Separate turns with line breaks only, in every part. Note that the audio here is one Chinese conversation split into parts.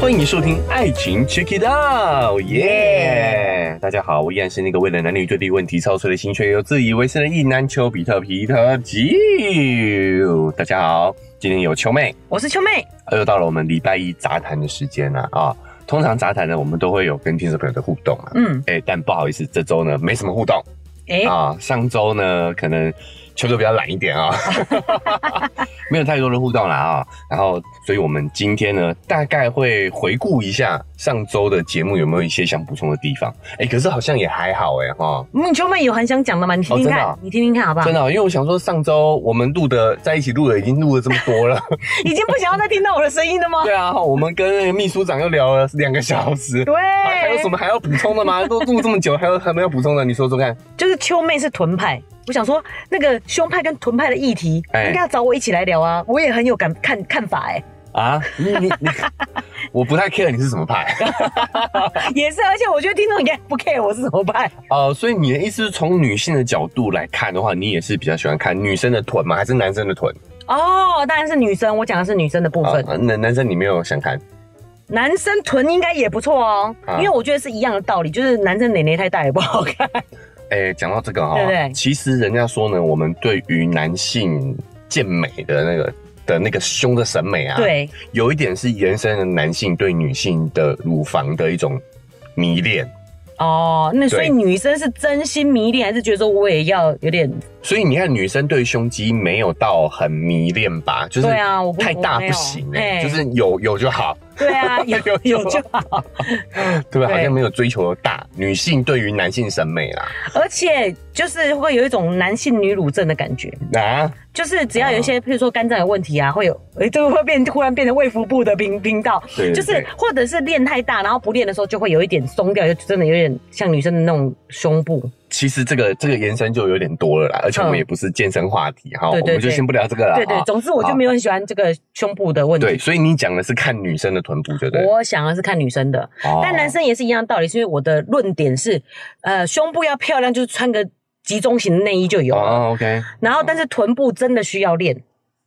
欢迎收听《爱情 Check It Out》，耶！大家好，我依然是那个为了男女对立问题操碎了心却又自以为是的意男丘比特皮特吉。大家好，今天有秋妹，
我是秋妹，
又到了我们礼拜一杂谈的时间了啊、通常杂谈呢，我们都会有跟听众朋友的互动啊。
嗯，
哎、但不好意思，这周呢没什么互动
哎、
啊。上周呢，可能秋哥比较懒一 点啊，没有太多的互动了啊。然后，所以我们今天呢，大概会回顾一下上周的节目有没有一些想补充的地方。哎、可是好像也还好哎、哈。
嗯，秋妹有很想讲的吗？你听
哦
听
真
看，
的哦
你听听看好不好
真？的哦、因为我想说，上周我们录的在一起录的已经录了这么多 了，
已经不想要再听到我的声音了 吗？
对啊，我们跟那个秘书长又聊了两个小时，
对，
还还有什么还要补充的吗？都录这么久，还有还没有补充的？你说说看。
就是秋妹是臀派，我想说那个胸派跟臀派的议题，
哎
应该要找我一起来聊啊，我也很有感看看法哎、
啊，你你你，我不太 care 你是什么派
也是，而且我觉得听众应该 不 care 我是什么派，
哦、所以你的意思是从女性的角度来看的话，你也是比较喜欢看女生的臀吗？还是男生的臀？
哦，当然是女生，我讲的是女生的部分，
啊男男生你没有想看
男生臀应该也不错哦，
啊
因为我觉得是一样的道理，就是男生脸脸太大也不好看，
哎，讲到这个哈、
对对
其实人家说呢，我们对于男性健美的那个的那个胸的审美啊，，
对，
有一点是延伸了男性对女性的乳房的一种迷恋，
哦，那所以
对
女生是真心迷恋，还是觉得说我也要有点？
所以你看女生对胸肌没有到很迷恋吧，就是
对啊我不
太大
我没
不
有
行哎、
哎
就是有有就好，
对啊，有
有
有就好。
对吧？
对
好像没有追求大女性对于男性审美啦。
而且就是会有一种男性女乳症的感觉，
啊，
就是只要有一些，譬如说肝脏有问题啊，会有，哎、这个会变忽然变成卫福部的频频道，
对对
就是或者是练太大，然后不练的时候就会有一点松掉，就真的有点像女生的那种胸部。
其实这个这个延伸就有点多了啦，而且我们
嗯
也不是健身话题哈，
对
我
对
们就
对
先不聊这个啦。
对对
哈，
总之我就没有很喜欢这个胸部的问
对，
题。
所以你讲的是看女生的臀部，啊对不对？
我想要是看女生的，
哦
但男生也是一样的道理，是因为我的论点是，呃，胸部要漂亮就是穿个集中型的内衣就有啊了，
哦，OK，
然后但是臀部真的需要练，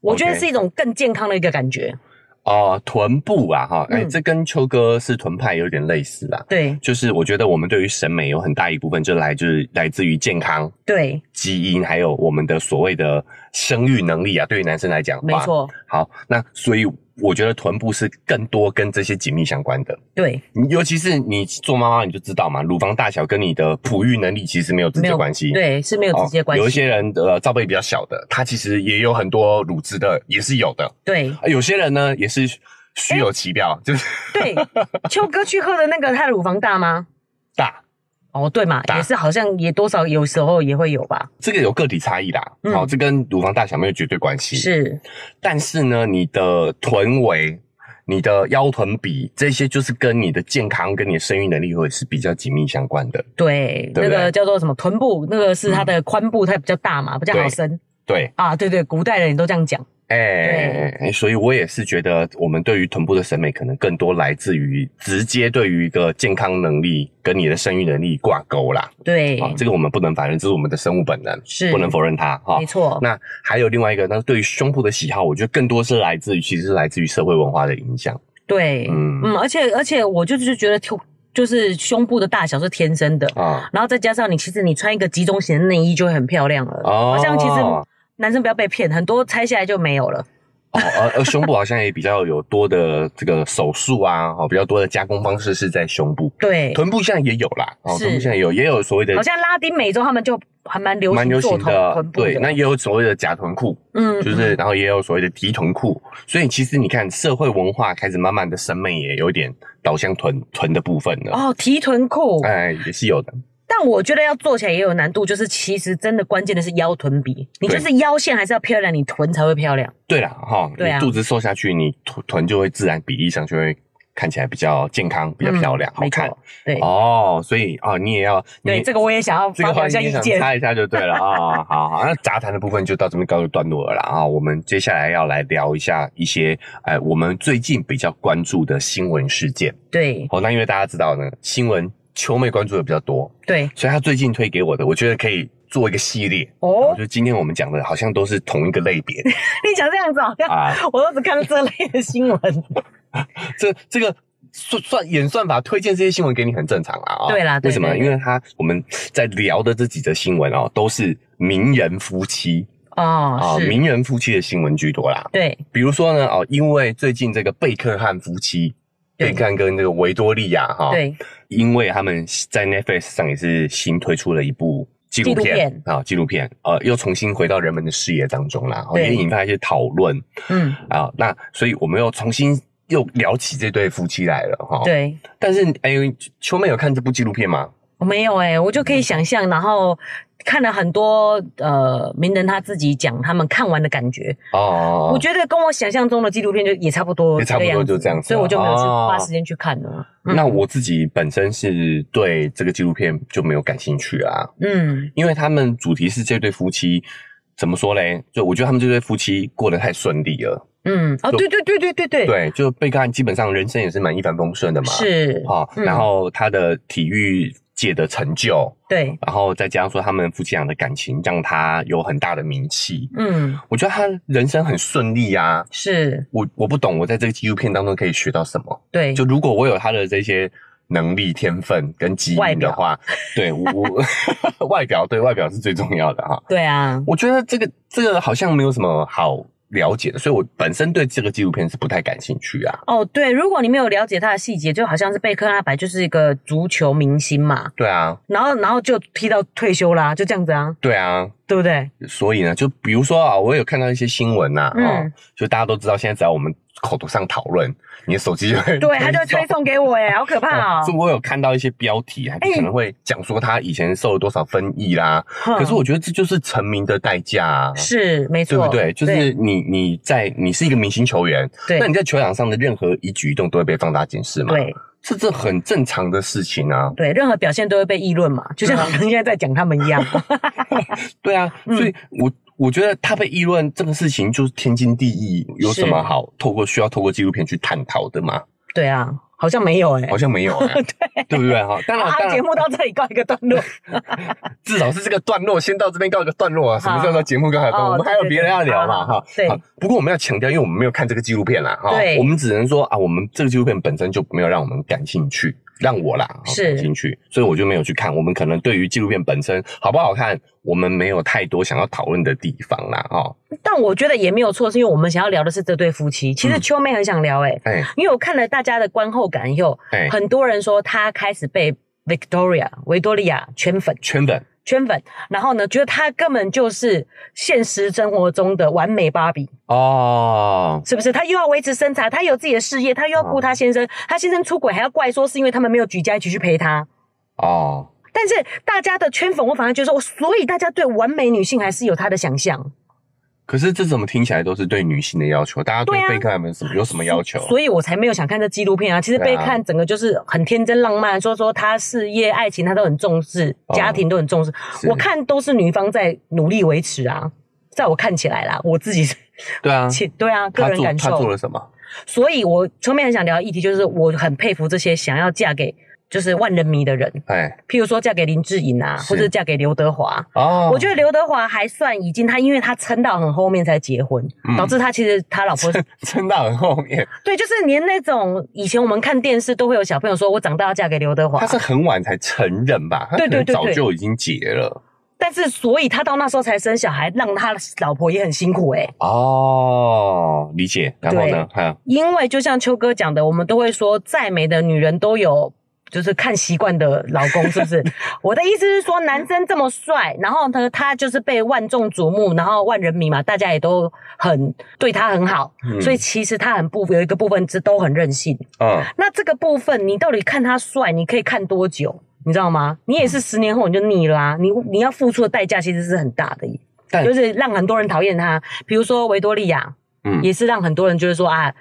我觉得
OK
是一种更健康的一个感觉。
哦，臀部啊哈，哎，
嗯
这跟秋哥是臀派有点类似啦。
对
就是我觉得我们对于审美有很大一部分就来就是来自于健康
对，
基因，还有我们的所谓的生育能力啊。对于男生来讲，
没
哇，
错，
好，那所以我觉得臀部是更多跟这些紧密相关的，
对，
你尤其是你做妈妈你就知道嘛，乳房大小跟你的哺育能力其实没有直
没
接
有
关系。。哦
对是没有直接关
有一
系。
些人呃罩杯比较小的，他其实也有很多乳汁的，也是有的。
对
呃有些人呢也是虚有其表，就是
对，秋哥去喝的那个，他的乳房大吗？
大，
哦，对嘛，
大
也是好像也多少有时候也会有吧。
这个有个体差异啦。好、
嗯
这跟乳房大小没有绝对关系。，
是，
但是呢，你的臀围、你的腰臀比这些，就是跟你的健康、跟你的生育能力会是比较紧密相关的。
对，
对
那
不对
个叫做什么臀部，那个是它的髋部，它比较大嘛，比较
对
好伸
对，
啊。对对，古代人也都这样讲。
哎、所以我也是觉得，我们对于臀部的审美可能更多来自于直接对于一个健康能力跟你的生育能力挂钩啦。
对，
啊，这个我们不能反认，这是我们的生物本能，
是
不能否认它哈
没。错。
那还有另外一个，那对于胸部的喜好，我觉得更多是来自于，其实是来自于社会文化的影响。
对，
嗯
嗯而且而且我就是觉得胸就是胸部的大小是天生的，
啊，
然后再加上你其实你穿一个集中型的内衣就会很漂亮了，
哦
好像其实男生不要被骗，很多拆下来就没有了。
哦，而而胸部好像也比较有多的这个手术啊，哦，比较多的加工方式是在胸部，
对，
臀部现在也有啦，哦，
是
臀部现在有，也有所谓的
好像拉丁美洲他们就还蛮流
蛮
行
流
做
行
臀
的
臀，部
对，
的，
那也有所谓的假臀裤，
嗯
就是，然后也有所谓的提臀裤，所以其实你看，社会文化开始慢慢的审美也有点导向臀臀的部分了，
哦提臀裤，
哎，也是有的，
但我觉得要做起来也有难度，就是其实真的关键的是腰臀比，你
对
就是腰线还是要漂亮，你臀才会漂亮。
对啦，哈，
对啊
你肚子瘦下去，你臀臀就会自然比例上就会看起来比较健康，比较漂亮，好
嗯没
看
错，对
哦，所以哦，你也要
对，
你
这个我也想要
这个
发表
话
一下
题
意
想
见。
猜一下就对了啊、 好好，那杂谈的部分就到这边告一段落了啦啊、我们接下来要来聊一下一些，呃，我们最近比较关注的新闻事件。
对
哦，那因为大家知道呢，新闻秋妹关注的比较多，
对
所以她最近推给我的，我觉得可以做一个系列。我
哦
觉，得今天我们讲的好像都是同一个类别
你讲这样子好像
啊，
我都只看到这类的新闻。
这这个算算演算法推荐这些新闻给你很正常啦啊、
对啦对
为什么？
对对
因为他我们在聊的这几则新闻哦，都是名人夫妻 啊、
哦，是，
名人夫妻的新闻居多啦。
对，
比如说呢，哦，因为最近这个贝克汉夫妻，
对
贝克汉跟这个维多利亚哈，，
对，
因为他们在 Netflix 上也是新推出了一部纪录
纪录
片
片
啊，纪录片，呃，又重新回到人们的视野当中啦，哦
对
也引发一些讨论
嗯，
啊。那所以我们又重新又聊起这对夫妻来了哈。，
对。
但是哎，秋妹有看这部纪录片吗？
我没有哎、我就
嗯
可以想象，然后看了很多呃名人他自己讲他们看完的感觉，
哦，
我觉得跟我想象中的纪录片就也差不多
也
这
差
个
不
样
多
子，
就这样子
所以我就没有去
哦
花时间去看了。嗯
那我自己本身是对这个纪录片就没有感兴趣啊，
嗯，
因为他们主题是这对夫妻怎么说嘞？就我觉得他们这对夫妻过得太顺利了，
嗯，哦，
就
对对对对对对，
对，就贝克汉基本上人生也是蛮一帆风顺的嘛，
是，
好、
嗯
然后他的体育界的成就，
对，
然后再加上说他们夫妻俩的感情，让他有很大的名气。
嗯，
我觉得他人生很顺利啊，
是，
我我不懂我在这个纪录片当中可以学到什么。
对，
就如果我有他的这些能力、天分跟基
外
因的
表
话，对我我 外表对外表是最重要的哈。
对啊，
我觉得这个这个好像没有什么好了解的，所以我本身对这个纪录片是不太感兴趣啊。
哦，对，如果你没有了解他的细节，就好像是贝克汉柏就是一个足球明星嘛，
对啊，
然后然后就踢到退休啦，就这样子啊，
对啊，
对不对？
所以呢，就比如说啊，我有看到一些新闻呐、啊，
嗯
哦，就大家都知道，现在只要我们口头上讨论，你的手机就会
对，他就会推送给我，哎，好可怕
啊。
哦
所以。我有看到一些标题，还
哎
可能会讲说他以前受了多少瘟疫啦。哦可是
哼
我觉得这就是成名的代价、啊，
嗯是没
对
错，
不对？就是你你在你是一个明星球员，
对
那你在球场上的任何一举一动都会被放大检视嘛？
对
这这很正常的事情啊。
对，任何表现都会被议论嘛，就像我们现在在讲他们 一样。
对啊，
嗯
所以我我觉得他被议论这个事情就是天经地义，有什么
是
好透过需要透过纪录片去探讨的吗？
对啊，好像没有哎、
好像没 有、啊，对对不对？哈，当然
好，
当
节
然，
目到这里告一个段落。
至少是这个段落，先到这边告一个段落啊。什么
好
叫做节目告一个段落？
哦
我们还有
对对
别人要聊嘛，
对
哈。
对
好不过我们要强调，因为我们没有看这个纪录片啦，哈
对，
我们只能说啊，我们这个纪录片本身就没有让我们感兴趣。让我啦，哈
是
感兴趣，所以我就没有去看。我们可能对于纪录片本身好不好看，我们没有太多想要讨论的地方啦，哈。
但我觉得也没有错，是因为我们想要聊的是这对夫妻。其实
嗯
秋妹很想聊哎、
哎
因为我看了大家的观后感以后，
哎，
很多人说她开始被 Victoria 维多利亚圈粉，
圈粉，
圈粉，然后呢，觉得她根本就是现实生活中的完美芭比。
哦，
是不是？她又要维持身材，她有自己的事业，她又要
啊
顾她先生，她先生出轨还要怪说是因为他们没有举家一起去陪她。
哦，
但是大家的圈粉，我反而觉得说，哦所以大家对完美女性还是有她的想象。
可是这怎么听起来都是对女性的要求？大家对
对啊
贝克汉有什么有什么要求？
所以我才没有想看这纪录片啊。其实
哦对啊
被看整个就是很天真浪漫，说说她事业、爱情她都很重视，
哦
家庭都很重视。
是
我看都是女方在努力维持啊，在我看起来啦，我自己是、
对啊，
其 对啊，个
他
人
做
感
他做
受。
了什么？
所以我前面很想聊的议题，就是我很佩服这些想要嫁给就是万人迷的人。
哎，
譬如说嫁给林志颖啊，
是
或者嫁给刘德华。
哦，
我觉得刘德华还算已经他，因为他撑到很后面才结婚，
嗯
导致他其实他老婆
撑到很后面，
对，就是连那种以前我们看电视都会有小朋友说，我长大要嫁给刘德华
他，是很晚才承认吧？他可
对
能
对对
早
对
就已经结了
但是所以他到那时候才生小孩，让他老婆也很辛苦哎、
哦，理解。然后呢？还有
因为就像秋哥讲的，我们都会说，再美的女人都有。就是看习惯的老公是不是？我的意思是说，男生这么帅，然后呢，他就是被万众瞩目，然后万人迷嘛，大家也都很对他很好，
嗯
所以其实他很部有一个部分是都很任性。
嗯，
那这个部分，你到底看他帅，你可以看多久？你知道吗？你也是十年后你就腻啦、你你要付出的代价其实是很大的，
但
就是让很多人讨厌他。比如说维多利亚，
嗯
也是让很多人觉得说啊，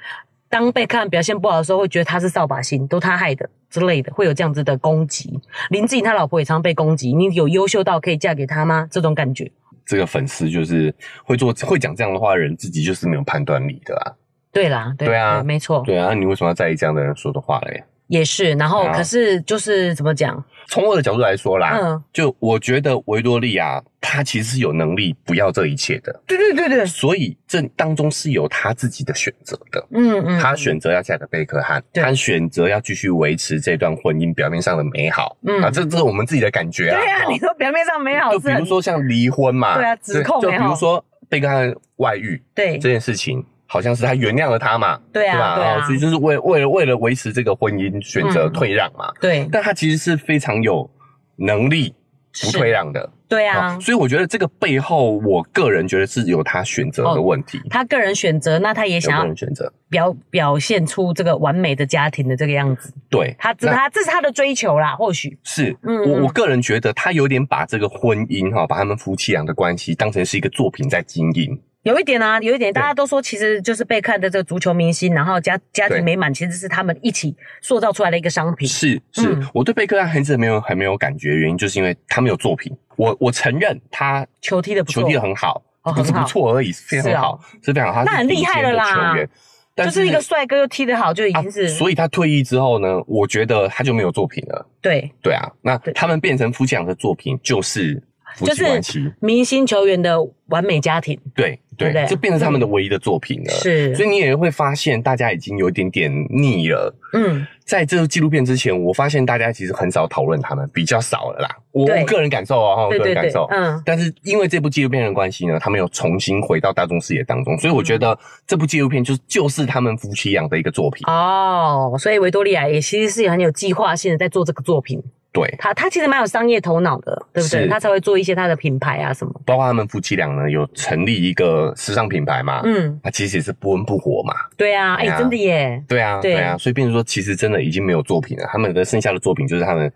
当被看表现不好的时候，会觉得他是扫把星，都他害的之类的，会有这样子的攻击。林志颖他老婆也常被攻击，你有优秀到可以嫁给他吗？这种感觉。
这个粉丝就是会做会讲这样的话的人，自己就是没有判断力的啊。
对啦，对
对啊
没错，
对啊，那你为什么要在意这样的人说的话嘞？
也是，然后
啊
可是就是怎么讲，
从我的角度来说啦，
嗯
就我觉得维多利亚她其实是有能力不要这一切的，
对对对对，
所以这当中是有她自己的选择的。
嗯嗯，
她选啊择要嫁给贝克汉，
对
她选择要继续维持这段婚姻表面上的美好。
嗯
啊，这这是我们自己的感觉
对
啊。
啊，你说表面上美好
就是比
很
如说像离婚嘛，
对啊指控
就
美
比
好
如说贝克汉外遇
对
这件事情，好像是他原谅了他嘛，
对啊
吧？
对
哦
啊
所以，就是为为了为了维持这个婚姻，选择
嗯
退让嘛。
对
但他其实是非常有能力不退让的。
对啊
哦，所以我觉得这个背后，我个人觉得是有他选择的问题，
他个人选择，那他也
有
哦想
个
要
人选择。
表表现出这个完美的家庭的这个样子，
对，
他这
那
他这是他的追求啦，或许
是
嗯
我
嗯
我个人觉得他有点把这个婚姻哈、把他们夫妻俩的关系当成是一个作品在经营。
有一点啊，有一点，大家都说其实就是被看的这个足球明星，然后家家
对
庭美满，其实是他们一起塑造出来的一个商品。
是是，
嗯
我对贝克汉还是没有很没有感觉，原因就是因为他没有作品。我我承认他
球踢的不错，
球踢的很好，
哦
不是
很
不
好
错而已，是非
是
常
哦
好，是非常好。他
那
是
很厉
顶尖
害了
的
啦
球员，但
就是一个帅哥又踢得好，就已
啊
经是、
所以他退役之后呢，我觉得他就没有作品了。
对
对啊，那
对
他们变成夫妻俩的作品就是夫
就
妻
是
关系，
明星球员的完美家庭。
对对
对不对
这变成他们的唯一的作品了。，
是，
呃所以你也会发现大家已经有一点点腻了。
嗯，
在这个纪录片之前，我发现大家其实很少讨论他们，比较少了啦。我
对
我个人感受啊，哈我
对
个
对
人感
对
受，。
嗯，
但是因为这部纪录片的关系呢，他们又重新回到大众视野当中，所以我
嗯
觉得这部纪录片就是就是他们夫妻俩的一个作品。
哦，所以维多利亚也其实是很有计划性的在做这个作品，
对，
他他其实蛮有商业头脑的，对不对？
是
他才会做一些他的品牌啊什么。
包括他们夫妻俩呢，有成立一个时尚品牌嘛，
嗯，
那、其实也是不温不火嘛。
对啊，哎、
对啊
真的耶，
对啊，
对
对啊，所以变成说，其实真的已经没有作品了，他们的剩下的作品就是他们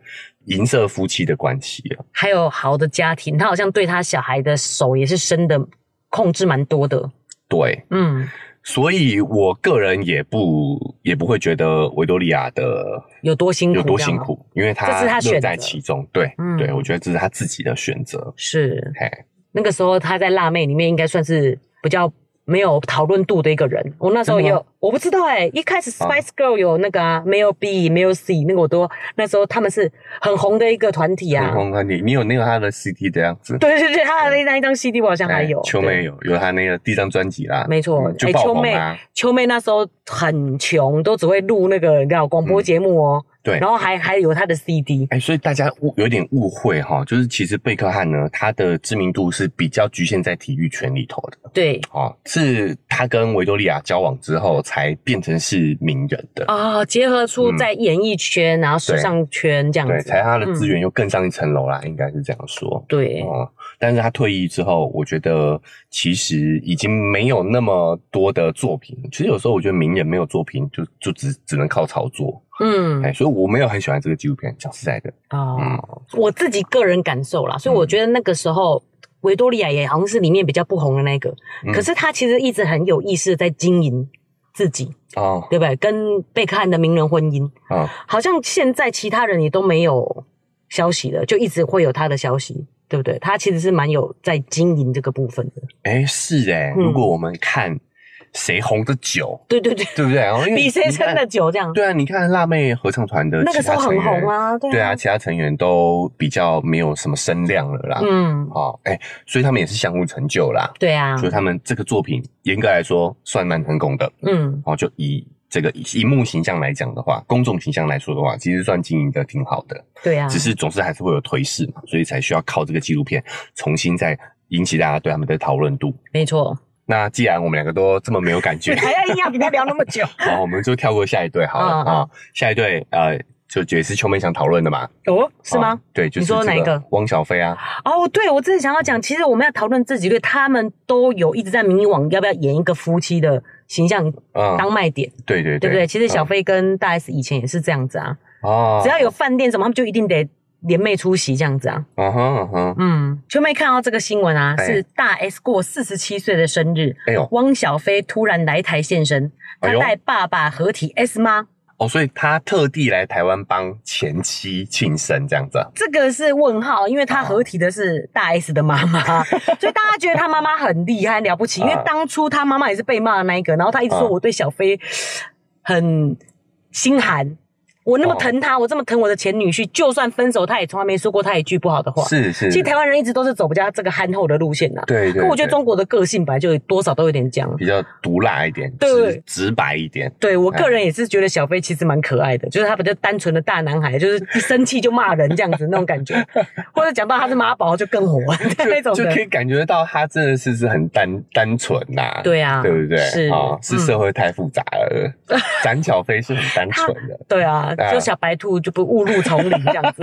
银色夫妻的关系了。
还有好的家庭，他好像对他小孩的手也是伸的控制蛮多的。
对，
嗯，
所以我个人也不也不会觉得维多利亚的
有多辛苦？啊
有多辛？苦，因为
这是
他
他选择
乐在其中。对，
嗯
对，我觉得这是他自己的选择。
是
嘿，
那个时候他在辣妹里面应该算是比较没有讨论度的一个人。我那时候也
真的啊
有，我不知道哎、一开始 Spice Girl 有那个啊，没有 B，没有 C，那个我都那时候他们是很红的一个团体啊
天。空嗯看你，你有那个他的 CD 的样子，
对对对，他的那一张 CD 我好像还
哎
有。
秋
对
妹有有他那个第一张专辑啦，
没错
嗯就
哎
爆
秋
红
妹
啦。
秋妹那时候很穷，都只会录那个你知道广播节目哦、
嗯对
然后还还有她的 CD，
哎、所以大家误有点误会哈，就是其实贝克汉呢，他的知名度是比较局限在体育圈里头的
对
哦，是他跟维多利亚交往之后才变成是名人的，
啊、结合出在演艺圈，然后时尚圈这样
嗯对，
子，嗯
才他的资源又更上一层楼啦，应该是这样说。
对
哦，但是他退役之后，我觉得其实已经没有那么多的作品。其实有时候我觉得名人没有作品就，就只只能靠炒作。
嗯
哎、所以我没有很喜欢这个纪录片。讲实在的，
哦、
嗯
我自己个人感受啦，所以
嗯
我觉得那个时候。维多利亚也好像是里面比较不红的那个，
嗯
可是她其实一直很有意识地在经营自己，
哦，
对不对？跟贝克汉的名人婚姻，
嗯，
好像现在其他人也都没有消息了，就一直会有他的消息，对不对？他其实是蛮有在经营这个部分的。
哎，是哎、
嗯
如果我们看谁红的久，
对对对，
对不对？哦，因为
比谁
你看
撑的久这样。
对啊，你看辣妹合唱团的
那
其
个时
他
候
成
很
员，
红啊，对啊。
对啊，其他成员都比较没有什么声量了啦。
嗯，
哦，哎、所以他们也是相互成就啦。
对啊
所，以他们这个作品严格来说算蛮成功的。
嗯，
哦，就以这个荧幕形象来讲的话，公众形象来说的话，其实算经营的挺好的，
对啊，
只是总是还是会有颓势嘛，所以才需要靠这个纪录片重新再引起大家对他们的讨论度。
没错。
那既然我们两个都这么没有感觉，
还要硬要跟他聊那么久？
好，我们就跳过下一对好了啊、
嗯
下一对呃，就也是秋妹想讨论的嘛，
哦，是
哦
吗？
对，就是
你说
这
哪一个
汪小菲啊，
哦，对，我真的想要讲，其实我们要讨论这几对，他们都有一直在迷惘，要不要演一个夫妻的形象
嗯，
当卖点，
对对对，
对不对？其实小
嗯
飞跟大 S 以前也是这样子啊，
哦，
只要有饭店什么，他们就一定得联袂出席这样子啊。
嗯哼嗯哼，
嗯，秋妹看到这个新闻啊，
哎
是大 S 过四十七岁的生日，
哎呦
汪小菲突然来台现身，
哎
他
呦
带爸爸合体 S 妈，
哦，所以他特地来台湾帮前妻庆生这样子啊，
这个是问号，因为
啊
他合体的是大 S 的 妈妈，所以大家觉得他妈妈很厉害很了不起，因为
啊
当初他妈妈也是被骂的那一个，然后他一直说
啊
我对小菲很心寒。我那么疼他，我这么疼我的前女婿，就算分手，他也从来没说过他一句不好的话。
是是，
其实台湾人一直都是走比较这个憨厚的路线呐、
对对，
可我觉得
对
中国的个性本来就有多少都有点这样。啊
比较毒辣一点，
对
直直白一点，
对我个人也是觉得小飞其实蛮可爱的，就是他比较单纯的大男孩，就是一生气就骂人这样子那 种感觉，或者讲到他是妈宝就更火 那种
就可
的。
以感觉到他真的是是很单单纯呐，
对啊，
对不对？
是
啊，是
嗯
社会太复杂 了，展小飞是很单纯的，
对啊，
啊
就小白兔就不误入丛林 这样子。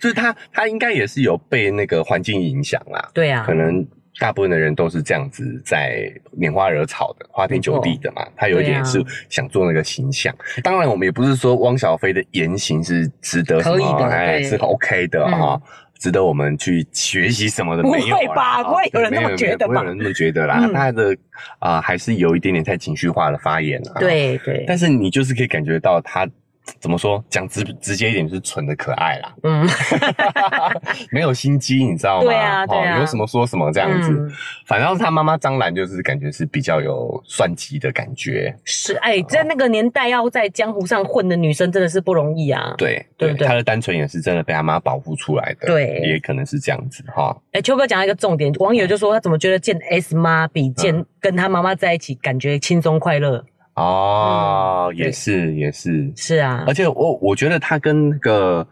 就是他他应该也是有被那个环境影响啦，
对啊
可，能大部分的人都是这样子在拈花惹草的、花天酒地的嘛。他有一
啊
点是想做那个形象。当然，我们也不是说汪小菲的言行是值得什么
可以的
哎，
对
是 OK 的
嗯
哈。值得我们去学习什么的
不会
没有啦
吧
啊
不会有人这么
没没
觉得
不会
吧
有人那么觉得啦。
嗯
他的啊、还是有一点点太情绪化的发言啊。，
对对，
但是你就是可以感觉到他怎么说，讲直直接一点，就是蠢的可爱啦。
嗯，
没有心机，你知道吗？
对啊对啊
哦，有什么说什么这样子。
嗯
反正他妈妈张兰就是感觉是比较有算计的感觉，
是哎，在那个年代要在江湖上混的女生真的是不容易啊。
对
对对
她的单纯也是真的被他妈保护出来的，
对
也可能是这样子哈。
哎，秋哥讲到一个重点，网友就说他怎么觉得见 S 妈比
嗯
见跟他妈妈在一起感觉轻松快乐？
哦，
嗯
也是也是，
是啊
而，且我我觉得他跟那个。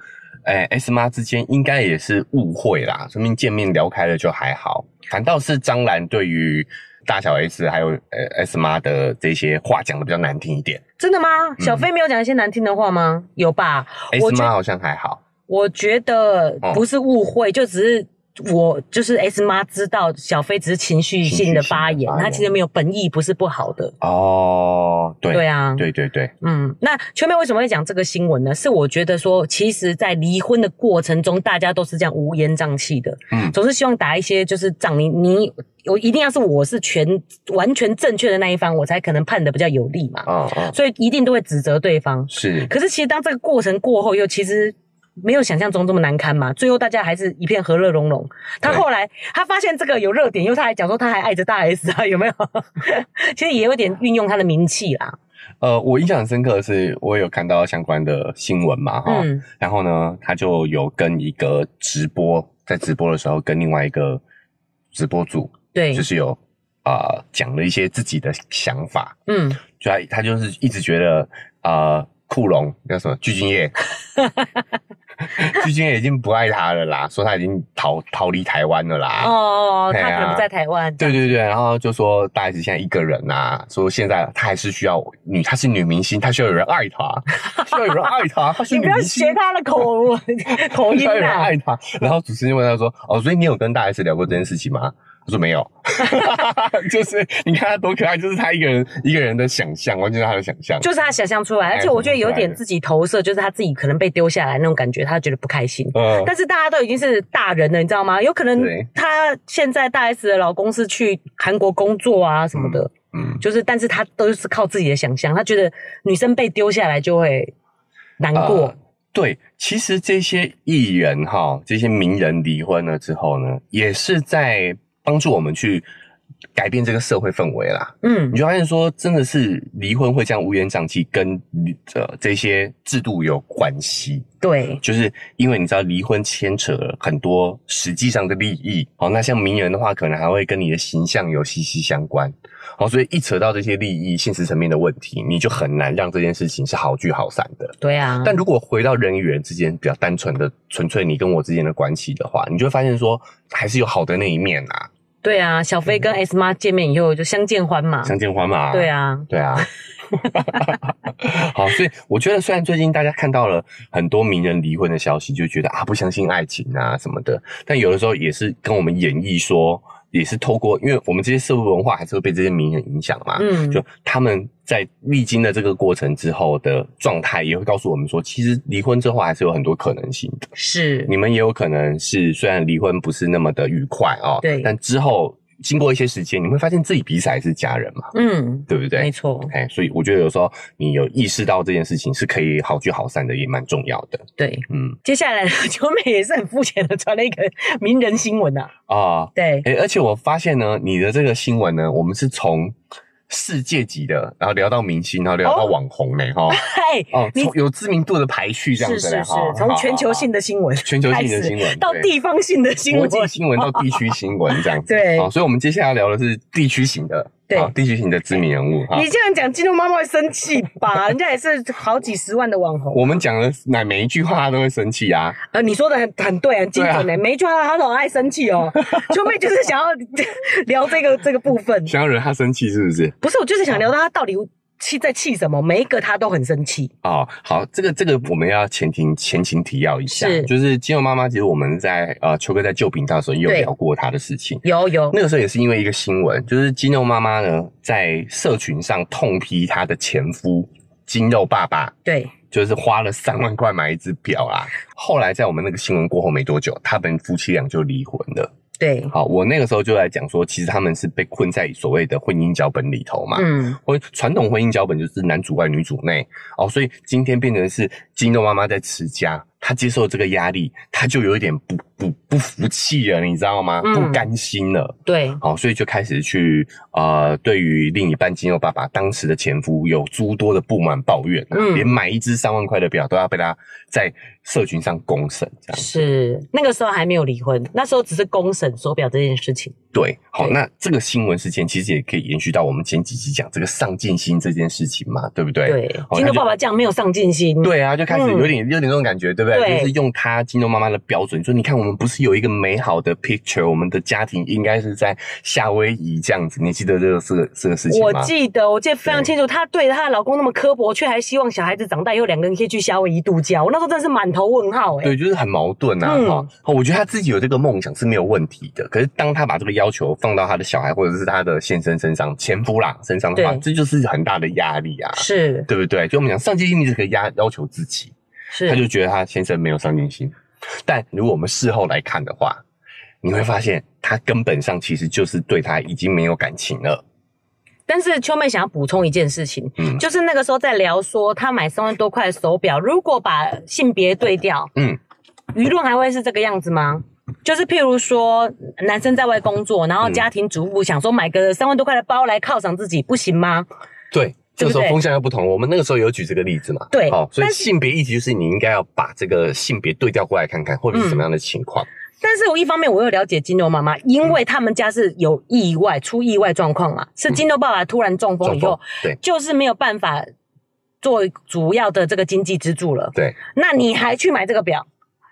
哎、s 妈之间应该也是误会啦，说明见面聊开了就还好。反倒是张兰对于大小 S 还有呃 S 妈的这些话讲的比较难听一点
真的吗？
嗯
小飞没有讲一些难听的话吗？有吧？我
，S
觉
妈
得
好像还好。
我觉得
哦
不是误会，就只是我就是 S 妈知道小飞只是情绪性的发
情绪性的，
言
发言
她其实没有本意，不是不好的。
哦，对，
对啊，
对对对，
嗯，那秋妹为什么会讲这个新闻呢？是我觉得说，其实，在离婚的过程中，大家都是这样乌烟瘴气的，
嗯
总是希望打一些就是仗你你我一定要是我是全完全正确的那一方，我才可能判的比较有利嘛，
嗯嗯，
所以一定都会指责对方。
是
可是其实当这个过程过后，又其实。没有想象中这么难堪嘛，最后大家还是一片和乐融融。他
对
后来他发现这个有热点，因为他还讲说他还爱着大 S 啊，有没 有？其实也有点运用他的名气啦。
呃，我印象很深刻的是，我有看到相关的新闻嘛，哈、
嗯，
然后呢，他就有跟一个直播，在直播的时候跟另外一个直播主，
对，
就是有啊、呃讲了一些自己的想法，
嗯，
就他他就是一直觉得啊、呃库龙叫什么鞠婧 祎，鞠婧祎已经不爱他了啦，说他已经逃逃离台湾了啦，
哦，他
哎呀
可能不在台湾，
对对对，然后就说大 S 现在一个人啊，说现在她还是需要女，她是女明星，她需要有人爱她，需要有人爱她，她是
你
女
不要
明
学
星，
他的口 口
需
音
要有人
啊，
爱她。然后主持人问她说：“哦，所以你有跟大 S 聊过这件事情吗？”她说：“没 有。”就是你看她多可爱，就是她一个人一个人的想象，完全是她的想象。
就是他想象出来，
哎
而且我觉得
想
有
象出来
点
的
自己投射，就是他自己可能被丢下来那种感觉，他觉得不开心。
嗯，
但是大家都已经是大人了，你知道吗？有可能
对
他现在大 S 的老公是去韩国工作啊什么的，
嗯
就是但是他都是靠自己的想象，他觉得女生被丢下来就会难过
呃。对，其实这些艺人哈，这些名人离婚了之后呢，也是在帮助我们去改变这个社会氛围啦。
嗯
你，就发现说，真的是离婚会这样乌烟瘴气，跟呃这些制度有关系。
对，
就是因为你知道离婚牵扯了很多实际上的利益，哦，那像名人的话，可能还会跟你的形象有息息相关，哦，所以一扯到这些利益、现实层面的问题，你就很难让这件事情是好聚好散的。
对啊。
但如果回到人与人之间比较单纯的、纯粹你跟我之间的关系的话，你就会发现说，还是有好的那一面啊，
对啊，小飞跟 S 妈见面以后就相见欢嘛。
嗯相见欢嘛。
对，啊，
对啊。 好，所以我觉得，虽然最近大家看到了很多名人离婚的消息，就觉得啊不相信爱情啊什么的，但有的时候也是跟我们演绎说，也是透过，因为我们这些社会文化还是会被这些名人影响嘛，
嗯
就他们在历经了这个过程之后的状态，也会告诉我们说，其实离婚之后还是有很多可能性的。
是
你们也有可能是虽然离婚不是那么的愉快哦，
对
但之后经过一些时间，你会发现自己彼此还是家人嘛，
嗯，
对不对？
没错，
哎，所以我觉得有时候你有意识到这件事情是可以好聚好散的，也蛮重要的。
对。
嗯
接下来呢，九美也是很肤浅的传了一个名人新闻啊，
啊，
对，
哎、而且我发现呢，你的这个新闻呢，我们是从世界级的，然后聊到明星，然后聊到
哦
网红呢， 哈、
嗨，
哦，
你
从有知名度的排序这样
是
子
是
嘞，
是
哈，，
从全球性
的
的新闻
全球
开
性的
始
新闻
到
对
地方性的新
国
闻，
际新闻到地区新闻这样子，
对
好，所以我们接下来要聊的是地区型的，
对
好地区型的知名人物哈。
你这样讲，金牛妈妈会生气吧？人家也是好几十万的网红。
我们讲的哪每一句话他都会生气啊，
呃，你说的很很对，很精准欸
对啊
的、每一句话啊她都很爱生气哦。秋妹就是想要聊这个这个部分，
想要惹他生气是不是？
不是，我就是想聊到她到底气在气什么。每一个她都很生气，
哦，好，这个这个我们要前情前情提要一下，
是
就是金牛妈妈，其实我们在呃秋哥在旧频道的时候也有
对
聊过她的事情。
有有，
那个时候也是因为一个新闻，就是金牛妈妈呢在社群上痛批她的前夫金肉爸爸，
对，
就是花了三万块买一只表啦。后来在我们那个新闻过后没多久，他们夫妻俩就离婚了。
对，
好，我那个时候就在讲说，其实他们是被困在所谓的婚姻脚本里头嘛。
嗯，
婚传统婚姻脚本就是男主外女主内哦，所以今天变成是金豆妈妈在持家，她接受这个压力，她就有一点不不不服气了，你知道吗？
嗯
不甘心了，
对，
好、所以就开始去呃，对于另一半金肉爸爸当时的前夫有诸多的不满抱怨，啊
嗯
连买一只三万块的表都要被他在社群上公审，这样
是那个时候还没有离婚，那时候只是公审手表这件事情。
对。好、
对
那这个新闻事件其实也可以延续到我们前几集讲这个上进心这件事情嘛，对不对？
对，
哦他
金牛
就
爸爸这样没有上进心。，
对啊，就开始有点、有点那种感觉，对不对？
嗯对
就是用他金牛妈妈的标准，说你看我们不是有一个美好的 picture，我们的家庭应该是在夏威夷这样子，你记得这个这个这个事情
我
吗？
记得，我记得非常清楚，她对她的老公那么刻薄，却还希望小孩子长大以后两个人可以去夏威夷度假。我那时候真的是满头问号哎、
对，就是很矛盾啊！
嗯
哈、我觉得他自己有这个梦想是没有问题的。可是当他把这个要求放到他的小孩或者是他的先生身上、前夫啦身上的话，
对
这就是很大的压力啊，
是，
对不对？就我们讲上进心，你只可以压要求自己，他就是觉得他先生没有上进心。但如果我们事后来看的话，你会发现他根本上其实就是对他已经没有感情了。
但是秋妹想要补充一件事情，
嗯
就是那个时候在聊说她买三万多块的手表，如果把性别对调，
嗯，
舆论还会是这个样子吗？就是譬如说，男生在外工作，然后
嗯
家庭主妇想说买个三万多块的包来犒赏自己，不行吗？
对。这个
对不对
时候风向又不同了，我们那个时候有举这个例子嘛？
对
好、所以
但是
性别议题就是你应该要把这个性别对调过来看看，会不会是什
嗯
么样的情况？
但是我一方面我又了解金牛妈妈，因为他们家是有意外、出意外状况嘛，
嗯
是金牛爸爸突然中风以
状
后
况，对
就是没有办法做主要的这个经济支柱了。
对，
那你还去买这个表？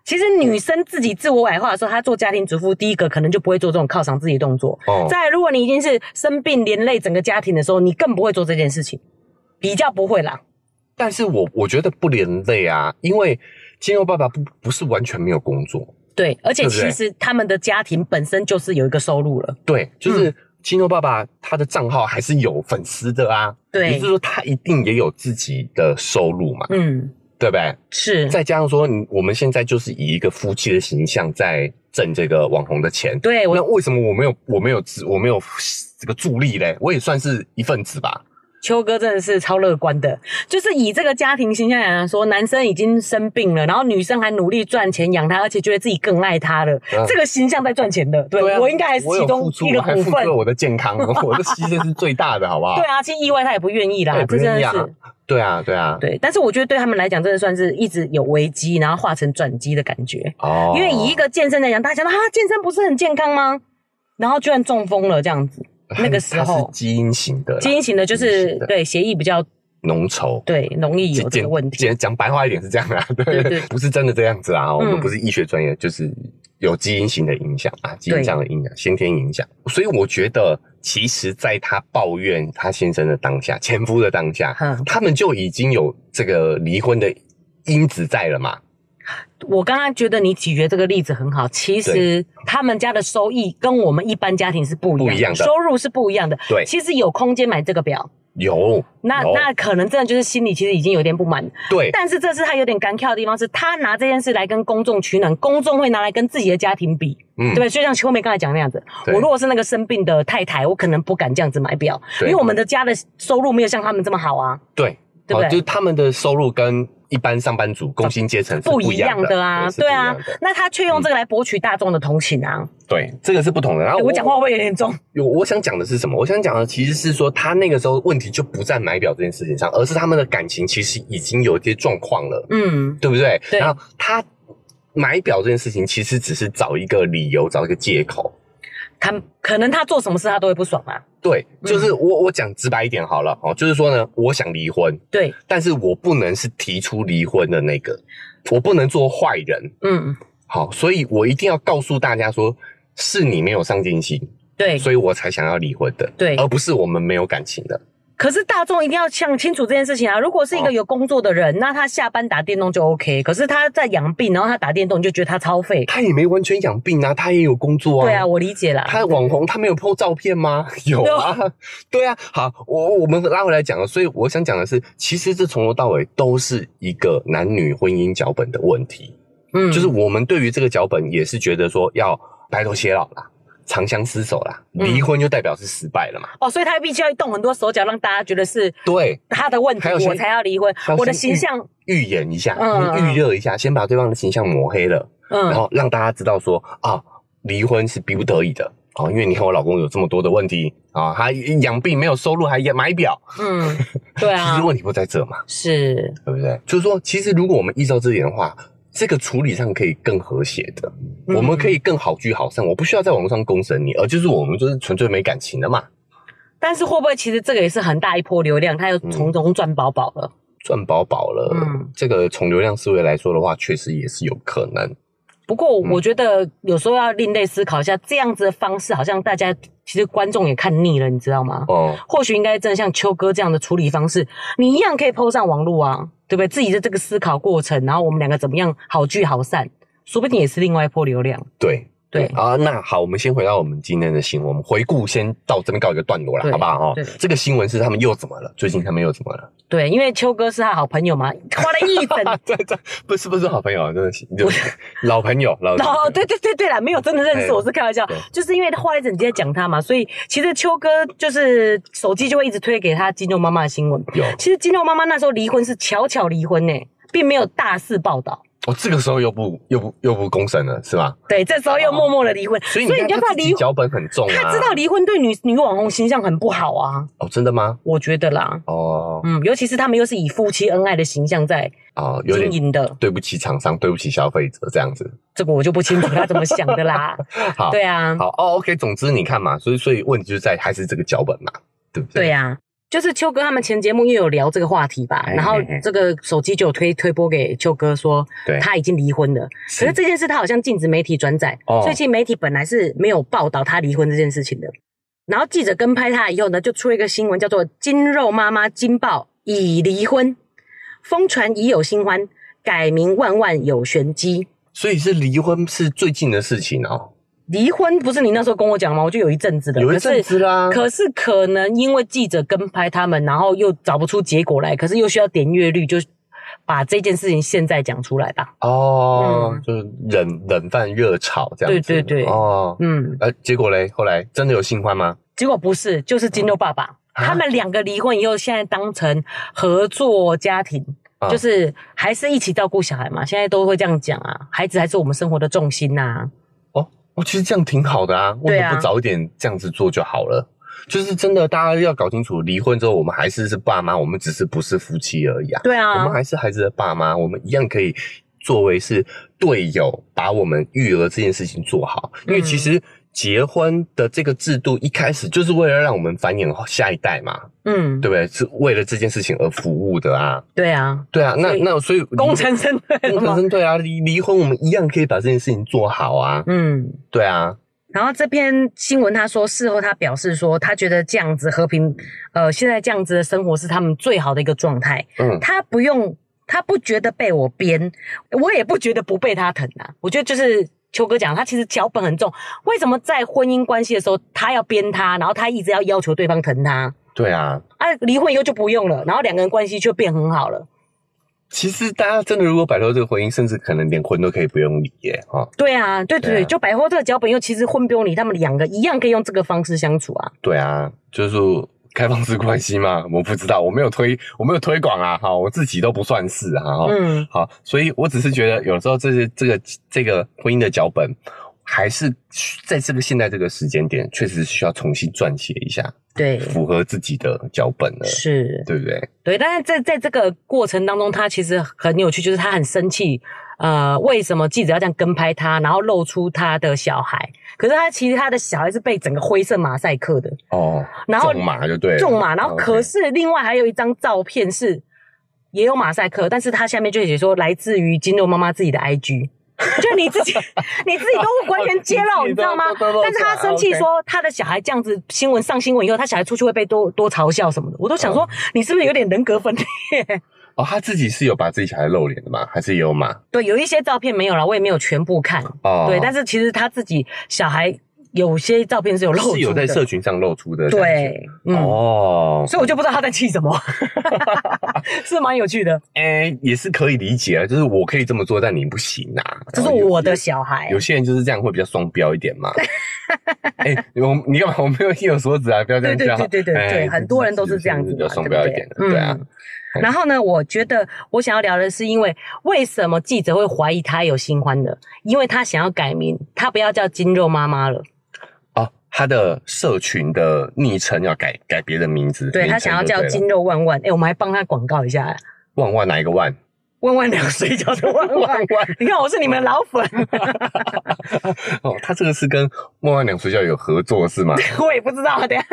其实女生自己自我矮化的时候，她做家庭主妇，第一个可能就不会做这种犒赏自己的动作。
哦，
再来如果你已经是生病连累整个家庭的时候，你更不会做这件事情，比较不会啦。
但是我我觉得不连累啊，因为金牛爸爸不不是完全没有工作，
对，而且
对不对
其实他们的家庭本身就是有一个收入了。
对，
嗯
就是金牛爸爸他的账号还是有粉丝的啊，
对
也就是说他一定也有自己的收入嘛，
嗯，
对不对？
是，
再加上说，你我们现在就是以一个夫妻的形象在挣这个网红的钱，
对我
那为什么我没有我没有自我没有这个助力嘞？我也算是一份子吧，
秋哥真的是超乐观的，就是以这个家庭形象来说，男生已经生病了，然后女生还努力赚钱养他，而且觉得自己更爱他了，
嗯
这个形象在赚钱的，对
对啊
我应该还是
我
其
有
中
付出，
一个
我还
股
付出
分
了。我的健康， 我的牺牲是最大的，好不好？
对啊，其实意外他也不愿意啦，
对不
这真
愿
的
意啊
是
对啊，对啊，
对。但是我觉得对他们来讲，真的算是一直有危机，然后化成转机的感觉。
哦
因为以 一个健身来讲，大家想到啊，健身不是很健康吗？然后居然中风了这样子，那个 时
它是
候
基因型的啦，
基因型的就
基因
是
型的
对协议比较
浓稠，
对容易有这个
简
问题。
简讲白话一点是这样啦，对
对对
不是真的这样子啊，我们
嗯
不是医学专业，就是有基因型的影响啊，基因上的影响，先天影响。所以我觉得，其实在她抱怨她先生的当下，前夫的当下，
嗯
他们就已经有这个离婚的因子在了嘛。
我刚刚觉得你举的这个例子很好，其实他们家的收益跟我们一般家庭是不一样的，
不一样的
收入是不一样的。
对
其实有空间买这个表，
有，
那
有
那可能真的就是心里其实已经有点不满，
对
但是这是他有点干跳的地方，是他拿这件事来跟公众取暖，公众会拿来跟自己的家庭比，
嗯
对不对？就像秋妹刚才讲那样子，
对
我如果是那个生病的太太，我可能不敢这样子买表，因
对
为我们的家的收入没有像他们这么好啊。
对
对不对
就是他们的收入跟一般上班族、工薪阶层是
不
不一
一
样
样
的
的啊，
对
对
是不一
啊
样的，
那他却用这个来博取大众的同情啊！
对，这个是不同的。然后
哎我讲话会不会有点重？
有我想讲的是什么？我想讲的其实是说，他那个时候问题就不在买表这件事情上，而是他们的感情其实已经有一些状况了。
嗯，
对不对？
对
然后他买表这件事情，其实只是找一个理由，找一个借口。
他可能他做什么事他都会不爽啊。
对，就是我、我讲直白一点好了哦，就是说呢，我想离婚，
对，
但是我不能是提出离婚的那个，我不能做坏人。
嗯，
好，所以我一定要告诉大家说，是你没有上进心，
对。
所以我才想要离婚的，
对
而不是我们没有感情的。
可是大众一定要想清楚这件事情啊！如果是一
哦
个有工作的人，那他下班打电动就 OK。可是他在养病，然后他打电动，你就觉得他超废。
他也没完全养病啊，他也有工作啊。
对啊，我理解啦。
他网红他没有 PO 照片吗？ 有啊，对啊。好，我我们拉回来讲了，所以我想讲的是，其实这从头到尾都是一个男女婚姻脚本的问题，
嗯
就是我们对于这个脚本也是觉得说要白头偕老啦，长相厮守啦，
嗯
离婚就代表是失败了嘛。
哦，所以他必须要动很多手脚，让大家觉得是
对，
他的问题
还有，先
我才要离婚
还有。先
我的形象，
预演一下，
嗯
预热一下，先把对方的形象抹黑了，然
嗯，
后让大家知道说啊，离婚是逼不得已的。哦，因为你和我老公有这么多的问题啊，他养病没有收入，还买表，
嗯，对
其
啊
实，问题不在这嘛。
是，
对不对？就是说，其实如果我们依照这点的话，这个处理上可以更和谐的，
嗯
我们可以更好聚好散，我不需要在网络上公审你，而就是我们就是纯粹没感情的嘛，
但是会不会其实这个也是很大一波流量，他
嗯
又从中赚饱饱了？
赚饱饱了。
嗯
这个从流量思维来说的话，确实也是有可能。
不过
嗯
我觉得有时候要另类思考一下，这样子的方式好像大家其实观众也看腻了，你知道吗？
哦，
或许应该真的像秋哥这样的处理方式，你一样可以 PO 上网络啊，对不对？自己的这个思考过程，然后我们两个怎么样好聚好散，说不定也是另外一波流量。
对。
对
啊，那好，我们先回到我们今天的新闻，我们回顾先到这边告一个段落了，
对
好不好？哦
对，
这个新闻是他们又怎么了？最近他们又怎么了？
对，因为秋哥是他好朋友嘛，花了一 整。
这这不是不是好朋友啊，真的是就是老朋友， 老
哦，对对对对啦，没有真的认识，
哎
我是开玩笑
对，
就是因为花了一整天在讲他嘛，所以其实秋哥就是手机就会一直推给他金牛妈妈的新闻。
有
其实金牛妈妈那时候离婚是巧巧离婚呢、并没有大肆报道。
哦，这个时候又不又不又不公审了，是吧？
对，这时候又默默的离婚，
哦所以你看
就知道
他自己
离，
脚本很重啊。
他知道离婚对女女网红形象很不好啊，
哦，真的吗？
我觉得啦，
哦
嗯，尤其是他们又是以夫妻恩爱的形象在
哦，有
经
点
营的，
对不起厂商，对不起消费者这样子。
这个我就不清楚他怎么想的啦。
好，
对啊，
好哦，OK，总之你看嘛，所以所以问题就在还是这个脚本嘛，对不对？
对啊呀、就是秋哥他们前节目又有聊这个话题吧，
哎
然后
哎哎
这个手机就有推推播给秋哥说
对
他已经离婚了，
是
可是这件事他好像禁止媒体转载，
嗯哦
所以其实媒体本来是没有报道他离婚这件事情的。然后记者跟拍他以后呢，就出了一个新闻叫做“金肉妈妈金爆已离婚，疯传已有新欢，改名万万有玄机”。
所以是离婚是最近的事情哦，
离婚不是你那时候跟我讲吗？我就有一阵子的，
有一
可是
阵子啊啦
可是可能因为记者跟拍他们，然后又找不出结果来，可是又需要点阅率，就把这件事情现在讲出来吧。
哦，
嗯
就是冷冷饭热炒这样子。
对对对
哦，
嗯，
呃，结果嘞，后来真的有新欢吗？
结果不是，就是金牛爸爸、
啊
他们两个离婚以后，现在当成合作家庭。
啊
就是还是一起照顾小孩嘛，现在都会这样讲啊，孩子还是我们生活的重心呐、
哦，其实这样挺好的啊，为
对啊
什么不早一点这样子做就好了？就是真的，大家要搞清楚，离婚之后我们还是是爸妈，我们只是不是夫妻而已啊。
对
我们
啊，
还是孩子的爸妈，我们一样可以作为是队友，把我们育儿这件事情做好。因为
嗯
其实结婚的这个制度一开始就是为了让我们繁衍下一代嘛，
嗯，
对不对？是为了这件事情而服务的啊。
对啊，
对啊，那
所以
那所以离
功成身退
功
了
成
嘛，
身退啊，离离婚我们一样可以把这件事情做好啊。
嗯。
对啊，
然后这篇新闻他说，事后他表示说，他觉得这样子和平，呃，现在这样子的生活是他们最好的一个状态，
嗯，
他不用，他不觉得被我编，我也不觉得不被他疼啊。我觉得就是秋哥讲，他其实脚本很重，为什么在婚姻关系的时候他要编他，然后他一直要要求对方疼他，
对啊。
啊，离婚以后就不用了，然后两个人关系却变很好了。
其实大家真的如果摆脱这个婚姻，甚至可能连婚都可以不用离耶啊、哦
对啊，对对
对
对，
啊
就百货这个脚本又其实婚不用理，他们两个一样可以用这个方式相处啊。
对啊，就是开放式关系吗？我不知道，我没有推，我没有推广啊，哈，我自己都不算是啊，哈、
嗯，
好，所以我只是觉得有时候这些这个这个婚姻的脚本，还是在这个现在这个时间点，确实是需要重新撰写一下，
对，
符合自己的脚本了，
是，
对不对？
对。但是在在这个过程当中，他其实很有趣，就是他很生气，呃，为什么记者要这样跟拍他，然后露出他的小孩？可是他其实他的小孩是被整个灰色马赛克的，
哦，
然后
中马就对了，哦
中嘛，然后可
OK
是另外还有一张照片是也有马赛克，但是它下面就写说来自于金肉妈妈自己的 IG，就 你自己你自己都完全揭露，
你
你
自己都
知道吗
都都露出？来
但是他生气说他的小孩这样子新闻上新闻以后，他小孩出去会被多多嘲笑什么的，我都想说你是不是有点人格分裂？
哦，他自己是有把自己小孩露脸的吗？还是也有马？
对，有一些照片没有了，我也没有全部看，
哦，
对，但
是
是其实他自己小孩有些照片是有露
是有
出的
在，社群上露出的，。
对，嗯。
哦，
所以我就不知道他在气什么，是蛮有趣的。
哎、也是可以理解啊，就是我可以这么做，但你不行啊。
这是
然后有
我的小孩
有。些人就是这样会比较双标一点 嘛。哎、我你干嘛？我没有意有所指啊，不要这样
对
讲。
对对对对对
哎
很多人都是这样子嘛
比较双标一点的，
对不
对
对
啊
嗯。然后呢，我觉得我想要聊的是，因为为什么记者会怀疑他有新欢的？因为他想要改名，他不要叫金肉妈妈了，
哦，他的社群的昵称要改改别的名字，
对
名
他
称
想要
就
叫
对了
金肉万万。哎，我们还帮他广告一下，
万万哪一个万？
万万两水 饺的万
万
万。
万
你看我是你们老 粉，
哦，他这个是跟万万两水饺有合作是吗？
我也不知道。等一下，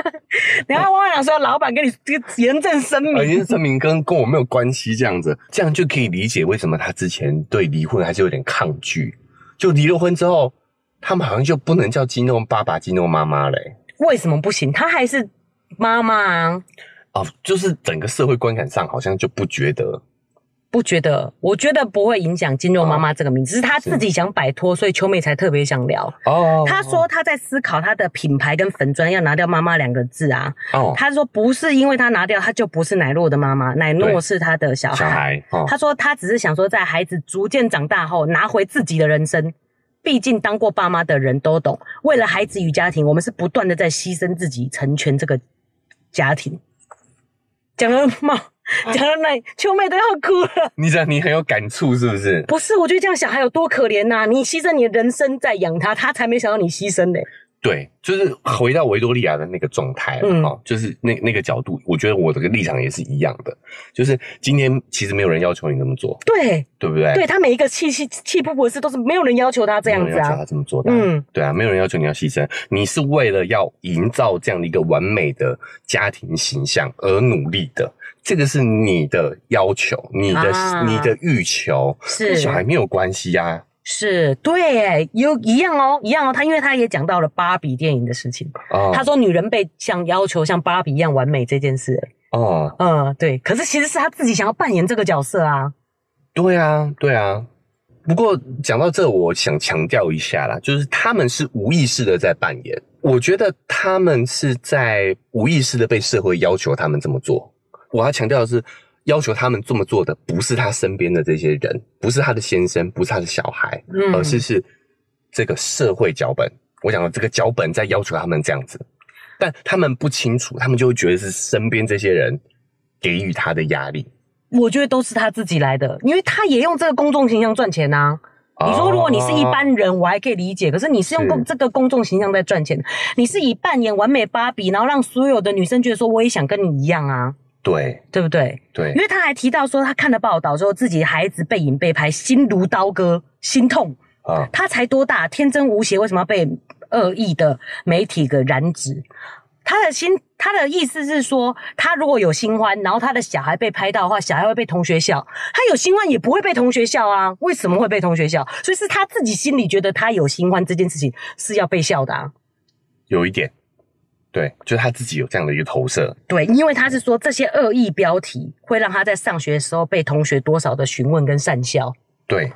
等一下万万两水饺老板跟你这个严正声
呃，
明，
也是证明跟跟我没有关系，这样子，这样就可以理解为什么他之前对离婚还是有点抗拒。就离了婚之后，他们好像就不能叫金弄爸爸、金弄妈妈嘞、
为什么不行？他还是妈妈啊。
哦，就是整个社会观感上好像就不觉得
不觉得，我觉得不会影响“金肉妈妈”这个名字，是她自己想摆脱，所以秋妹才特别想聊。
哦。
她说她在思考她的品牌跟粉砖要拿掉“妈妈”两个字啊。
哦，
她说不是因为她拿掉，她就不是奶酪的妈妈，奶
对
酪是她的小
小
孩。
孩哦，
她说她只是想说，在孩子逐渐长大后，拿回自己的人生。毕竟当过爸妈的人都懂，为了孩子与家庭，我们是不断的在牺牲自己，成全这个家庭。讲到妈，讲到奶，秋妹都要哭了。
你讲你很有感触是不是？
不是，我觉得这样小孩有多可怜呐、你牺牲你的人生在养他，他才没想到你牺牲呢、
对，就是回到维多利亚的那个状态了、
嗯
哦，就是那那个角度，我觉得我这个立场也是一样的，就是今天其实没有人要求你这么做，
对，
对不对？
对他每一个气气气噗噗的事，都是没有人要求他这样
没有
子
人要求
啊。
他这么做的、嗯，
嗯
对啊，没有人要求你要牺牲，你是为了要营造这样的一个完美的家庭形象而努力的，这个是你的要求，你的、
啊
你的欲求，跟
是
小孩没有关系呀、
是，对、欸，有一样哦，一样哦。他因为他也讲到了芭比电影的事情，
哦，
他说女人被像要求像芭比一样完美这件事、欸
哦，
嗯，对。可是其实是他自己想要扮演这个角色啊。
对啊，对啊。不过讲到这，我想强调一下啦，就是他们是无意识的在扮演，我觉得他们是在无意识的被社会要求他们这么做。我要强调的是，要求他们这么做的不是他身边的这些人，不是他的先生，不是他的小孩，
嗯，
而哦是是这个社会脚本。我讲的这个脚本在要求他们这样子，但他们不清楚，他们就会觉得是身边这些人给予他的压力。
我觉得都是他自己来的，因为他也用这个公众形象赚钱啊。你说如果你是一
哦
般人，我还可以理解，可是你是用
是
公这个公众形象在赚钱，你是以扮演完美芭比，然后让所有的女生觉得说我也想跟你一样啊，
对
对不对？
对
因，为他还提到说他看了报道之后，自己孩子被影被拍，心如刀割，心痛。
啊，
他才多大，天真无邪，为什么要被恶意的媒体给染指？他的心，他的意思是说，他如果有新欢，然后他的小孩被拍到的话，小孩会被同学笑。他有新欢也不会被同学笑啊，为什么会被同学笑？所以是他自己心里觉得他有新欢这件事情是要被笑的啊。
有一点，对，就是他自己有这样的一个投射，
对，因为他是说这些恶意标题会让他在上学的时候被同学多少的询问跟讪笑。
对，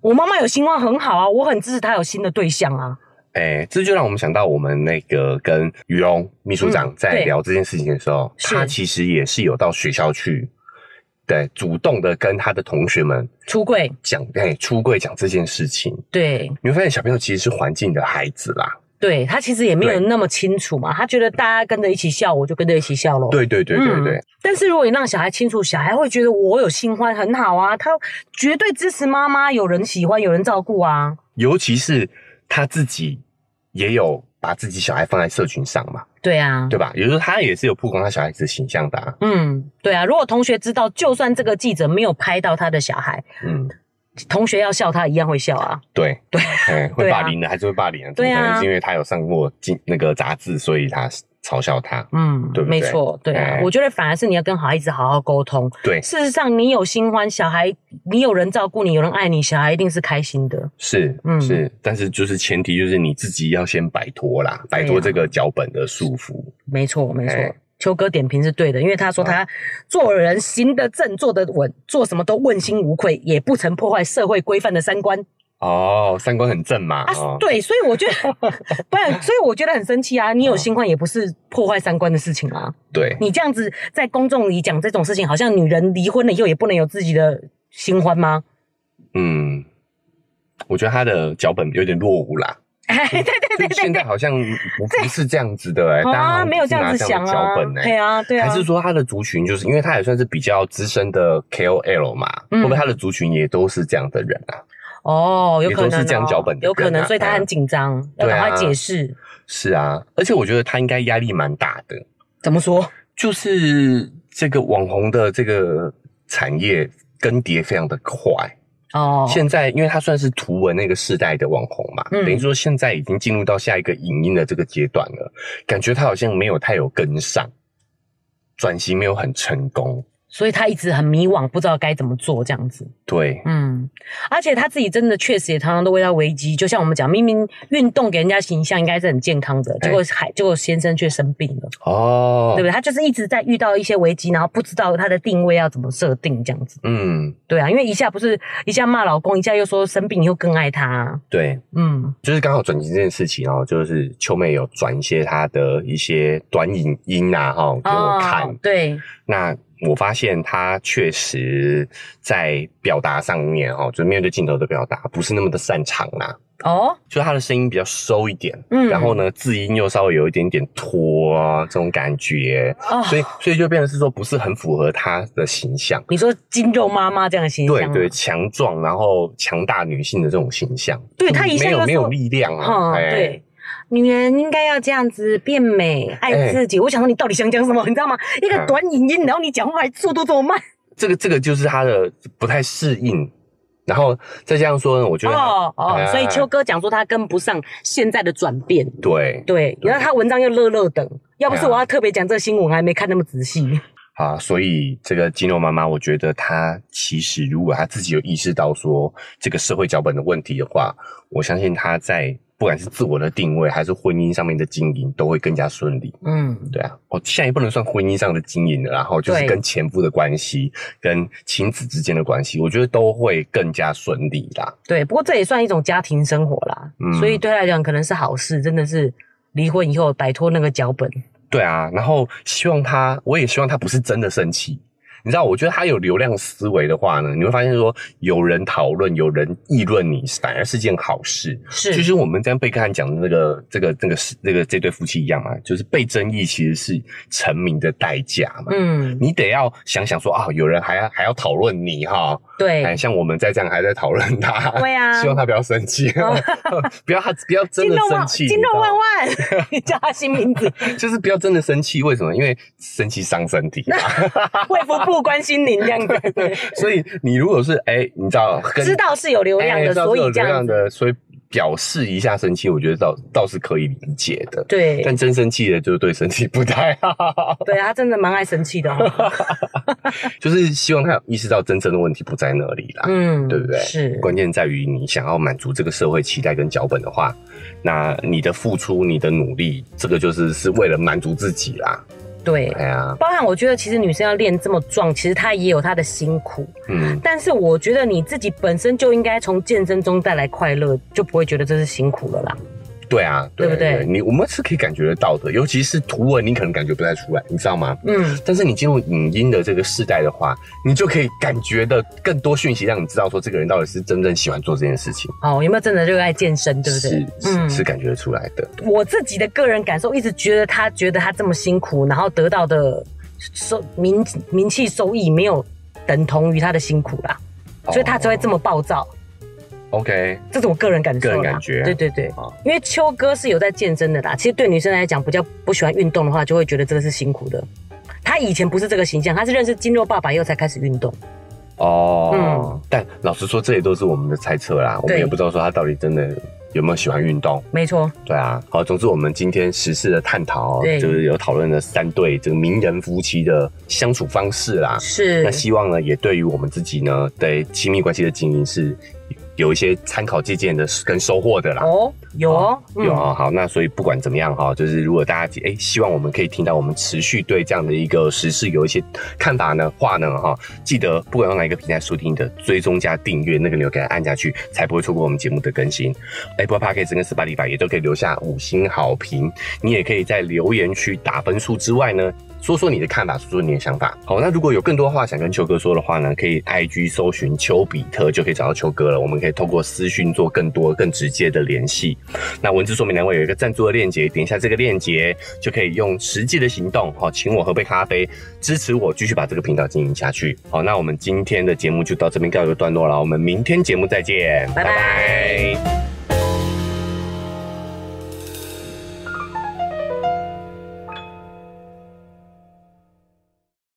我妈妈有新欢很好啊，我很支持她有新的对象啊。
哎，这就让我们想到我们那个跟于荣秘书长
嗯
在
对
聊这件事情的时候，
是
他其实也是有到学校去，对，主动的跟他的同学们
出柜，
讲，哎，出柜讲这件事情，
对
你会发现小朋友其实是环境的孩子啦，
对他其实也没有
对
那么清楚嘛，他觉得大家跟着一起笑，我就跟着一起笑咯。嗯
对对对对对，
但是如果你让小孩清楚，小孩会觉得我有新欢很好啊，他绝对支持妈妈，有人喜欢，有人照顾啊。
尤其是他自己也有把自己小孩放在社群上嘛，
对啊，
对吧？也就是说他也是有曝光他小孩子的形象的、啊，
嗯，对啊。如果同学知道，就算这个记者没有拍到他的小孩，
嗯，
同学要笑他一样会笑啊。
对对， 哎，会
对啊
霸凌的还是会霸凌啊，怎
对
么
啊
可能是因为他有上过进那个杂志，所以他嘲笑他？
嗯，
对不
没
对
错，对啊。
哎
我觉得反而是你要跟孩子好好沟通。
对，
事实上，你有新欢，小孩你有人照顾你，有人爱你，小孩一定是开心的。
是，
嗯
是，但是就是前提就是你自己要先摆脱啦，
啊
摆脱这个脚本的束缚。
没错，没错
哎。
秋哥点评是对的，因为他说他做人行得正，坐得稳，做什么都问心无愧，也不曾破坏社会规范的三观
哦，三观很正嘛，
啊。
哦，
对，所以我 觉得，不然，所以我觉得很生气啊！你有新欢也不是破坏三观的事情啊。
对，
你这样子在公众里讲这种事情，好像女人离婚了以后也不能有自己的新欢吗？
嗯，我觉得他的脚本有点落伍啦。
哎， 对对对
就现
对
在
对，
好像不不是这样子的哎、大家好
啊，
像
没有这样子
不是拿
想
这样的
啊
脚本，哎、
对啊，对啊，
还是说他的族群就是因为他也算是比较资深的 KOL 嘛，
嗯
会不会他的族群也都是这样的人啊？
哦，有
也
可
都
能
是这样
哦
脚本的
有可
人
能，
啊
所以他
哎
很紧张，要
对
赶快
啊
解释。
是啊，而且我觉得他应该压力蛮大的。
怎么说？
就是这个网红的这个产业更迭非常的快。
哦，
现在，因为它算是图文那个世代的网红嘛，
嗯
等于说现在已经进入到下一个影音的这个阶段了，感觉他好像没有太有跟上，转型没有很成功。
所以他一直很迷惘，不知道该怎么做这样子。
对，
嗯，而且他自己真的确实也常常都为他危机。就像我们讲，明明运动给人家形象应该是很健康的，结果还结果先生却生病了，
哎哦
对不，对？他就是一直在遇到一些危机，然后不知道他的定位要怎么设定这样子。
嗯，
对啊，因为一下不是一下骂老公，一下又说生病又更爱他。
对，
嗯，
就是刚好转型这件事情哦，就是秋妹有转一些她的一些短影音啊，哈、给我看。
哦、对，
那我发现他确实在表达上面哦，就是面对镜头的表达不是那么的擅长啦、
哦，
就他的声音比较收一点，
嗯
然后呢字音又稍微有一点点拖、啊、这种感觉，
哦，
所以所以就变成是说不是很符合他的形象，
你说筋肉妈妈这样的形
对
象吗，啊
对，强壮然后强大女性的这种形象，
对她一向
没
要
有没有
说
力量啊，
嗯，对，女人应该要这样子变美，爱自己。我想说，你到底想讲什么？你知道吗？一个
哎嗯
短影音，然后你讲话还速度这么慢，
这个这个就是他的不太适应，然后再加上说呢，我觉得他
哦哦
哎，
所以秋哥讲说他跟不上现在的转变，
对
对，然后他文章又乐乐等，要不是
哎呀
我要特别讲这个新闻，我还没看那么仔细。
啊，所以这个金融妈妈，我觉得她其实如果她自己有意识到说这个社会脚本的问题的话，我相信她在不管是自我的定位，还是婚姻上面的经营，都会更加顺利。
嗯，
对啊，哦，现在也不能算婚姻上的经营了，然后就是
对
跟前夫的关系、跟亲子之间的关系，我觉得都会更加顺利啦。
对，不过这也算一种家庭生活啦，
嗯
所以对他来讲可能是好事，真的是离婚以后摆脱那个脚本。
对啊，然后希望他，我也希望他不是真的生气。你知道，我觉得他有流量思维的话呢，你会发现说，有人讨论，有人议论你，反而是件好事。
是，
就是我们刚刚被刚才讲的那个、这个、那个、那个这对夫妻一样嘛，就是被争议其实是成名的代价嘛。
嗯，
你得要想想说啊，有人还要还要讨论你哈，哎，
对，
像我们在这样还在讨论他，
对啊
希望他不要生气， 不要他不要真的生
万
气，
金
你知
肉
道吗
万万， 你叫他新名字。
就是不要真的生气，为什么？因为生气伤身体嘛。
卫福部关心您这样子，
所以你如果是哎、你知道 跟
知道是有流量
哎
的，
知道
所
是有
以这
流
样
量
子。
的，所以表示一下生气，我觉得倒倒是可以理解的。
对，
但真生气的，就对身体不太好。
对他真的蛮爱生气的、哦，
就是希望他有意识到真正的问题不在那里啦，
嗯，
对不对？
是，
关键在于你想要满足这个社会期待跟脚本的话，那你的付出、你的努力，这个就是是为了满足自己啦。
对。啊
哎呀，
包含我觉得，其实女生要练这么壮，其实她也有她的辛苦。
嗯，
但是我觉得你自己本身就应该从健身中带来快乐，就不会觉得这是辛苦了啦。
对啊，
对不对
你我们是可以感觉得到的，尤其是图文，你可能感觉不太出来，你知道吗？
嗯，
但是你进入影音的这个世代的话，你就可以感觉的更多讯息，让你知道说这个人到底是真正喜欢做这件事情，
哦，有没有真的热爱健身，对不嗯对？
是是、是感觉得出来的。
我自己的个人感受，一直觉得他觉得他这么辛苦，然后得到的收名名气收益没有等同于他的辛苦啦，
哦
所以他才会这么暴躁。
OK，
这是我个人感受啦，
个人感觉
对对对
哦，
因为秋哥是有在健身的啦。其实对女生来讲，比较不喜欢运动的话，就会觉得这个是辛苦的。他以前不是这个形象，他是认识金肉爸爸以后才开始运动。
哦，但老实说，这也都是我们的猜测啦，我们
对
也不知道说他到底真的有没有喜欢运动。
没错，
对啊，好，总之我们今天时事的探讨，
对
就是有讨论了三对这个名人夫妻的相处方式啦。
是
那希望呢，也对于我们自己呢对亲密关系的经营是有一些参考借鉴的跟收获的啦。
哦，有哦，嗯
有啊、好，那所以不管怎么样哈、就是如果大家哎、希望我们可以听到我们持续对这样的一个时事有一些看法呢话呢哈、记得不管用哪一个平台收听的，追踪加订阅那个钮给它按下去，才不会错过我们节目的更新。Apple Podcast 跟 Spotify 也都可以留下五星好评，你也可以在留言区打分数之外呢。说说你的看法，说说你的想法。好，那如果有更多话想跟秋哥说的话呢，可以 I G 搜寻丘比特就可以找到秋哥了。我们可以透过私讯做更多、更直接的联系。那文字说明栏位有一个赞助的链接，点一下这个链接就可以用实际的行动，好，请我喝杯咖啡，支持我继续把这个频道经营下去。好，那我们今天的节目就到这边告一个段落了，我们明天节目再见，
拜拜
拜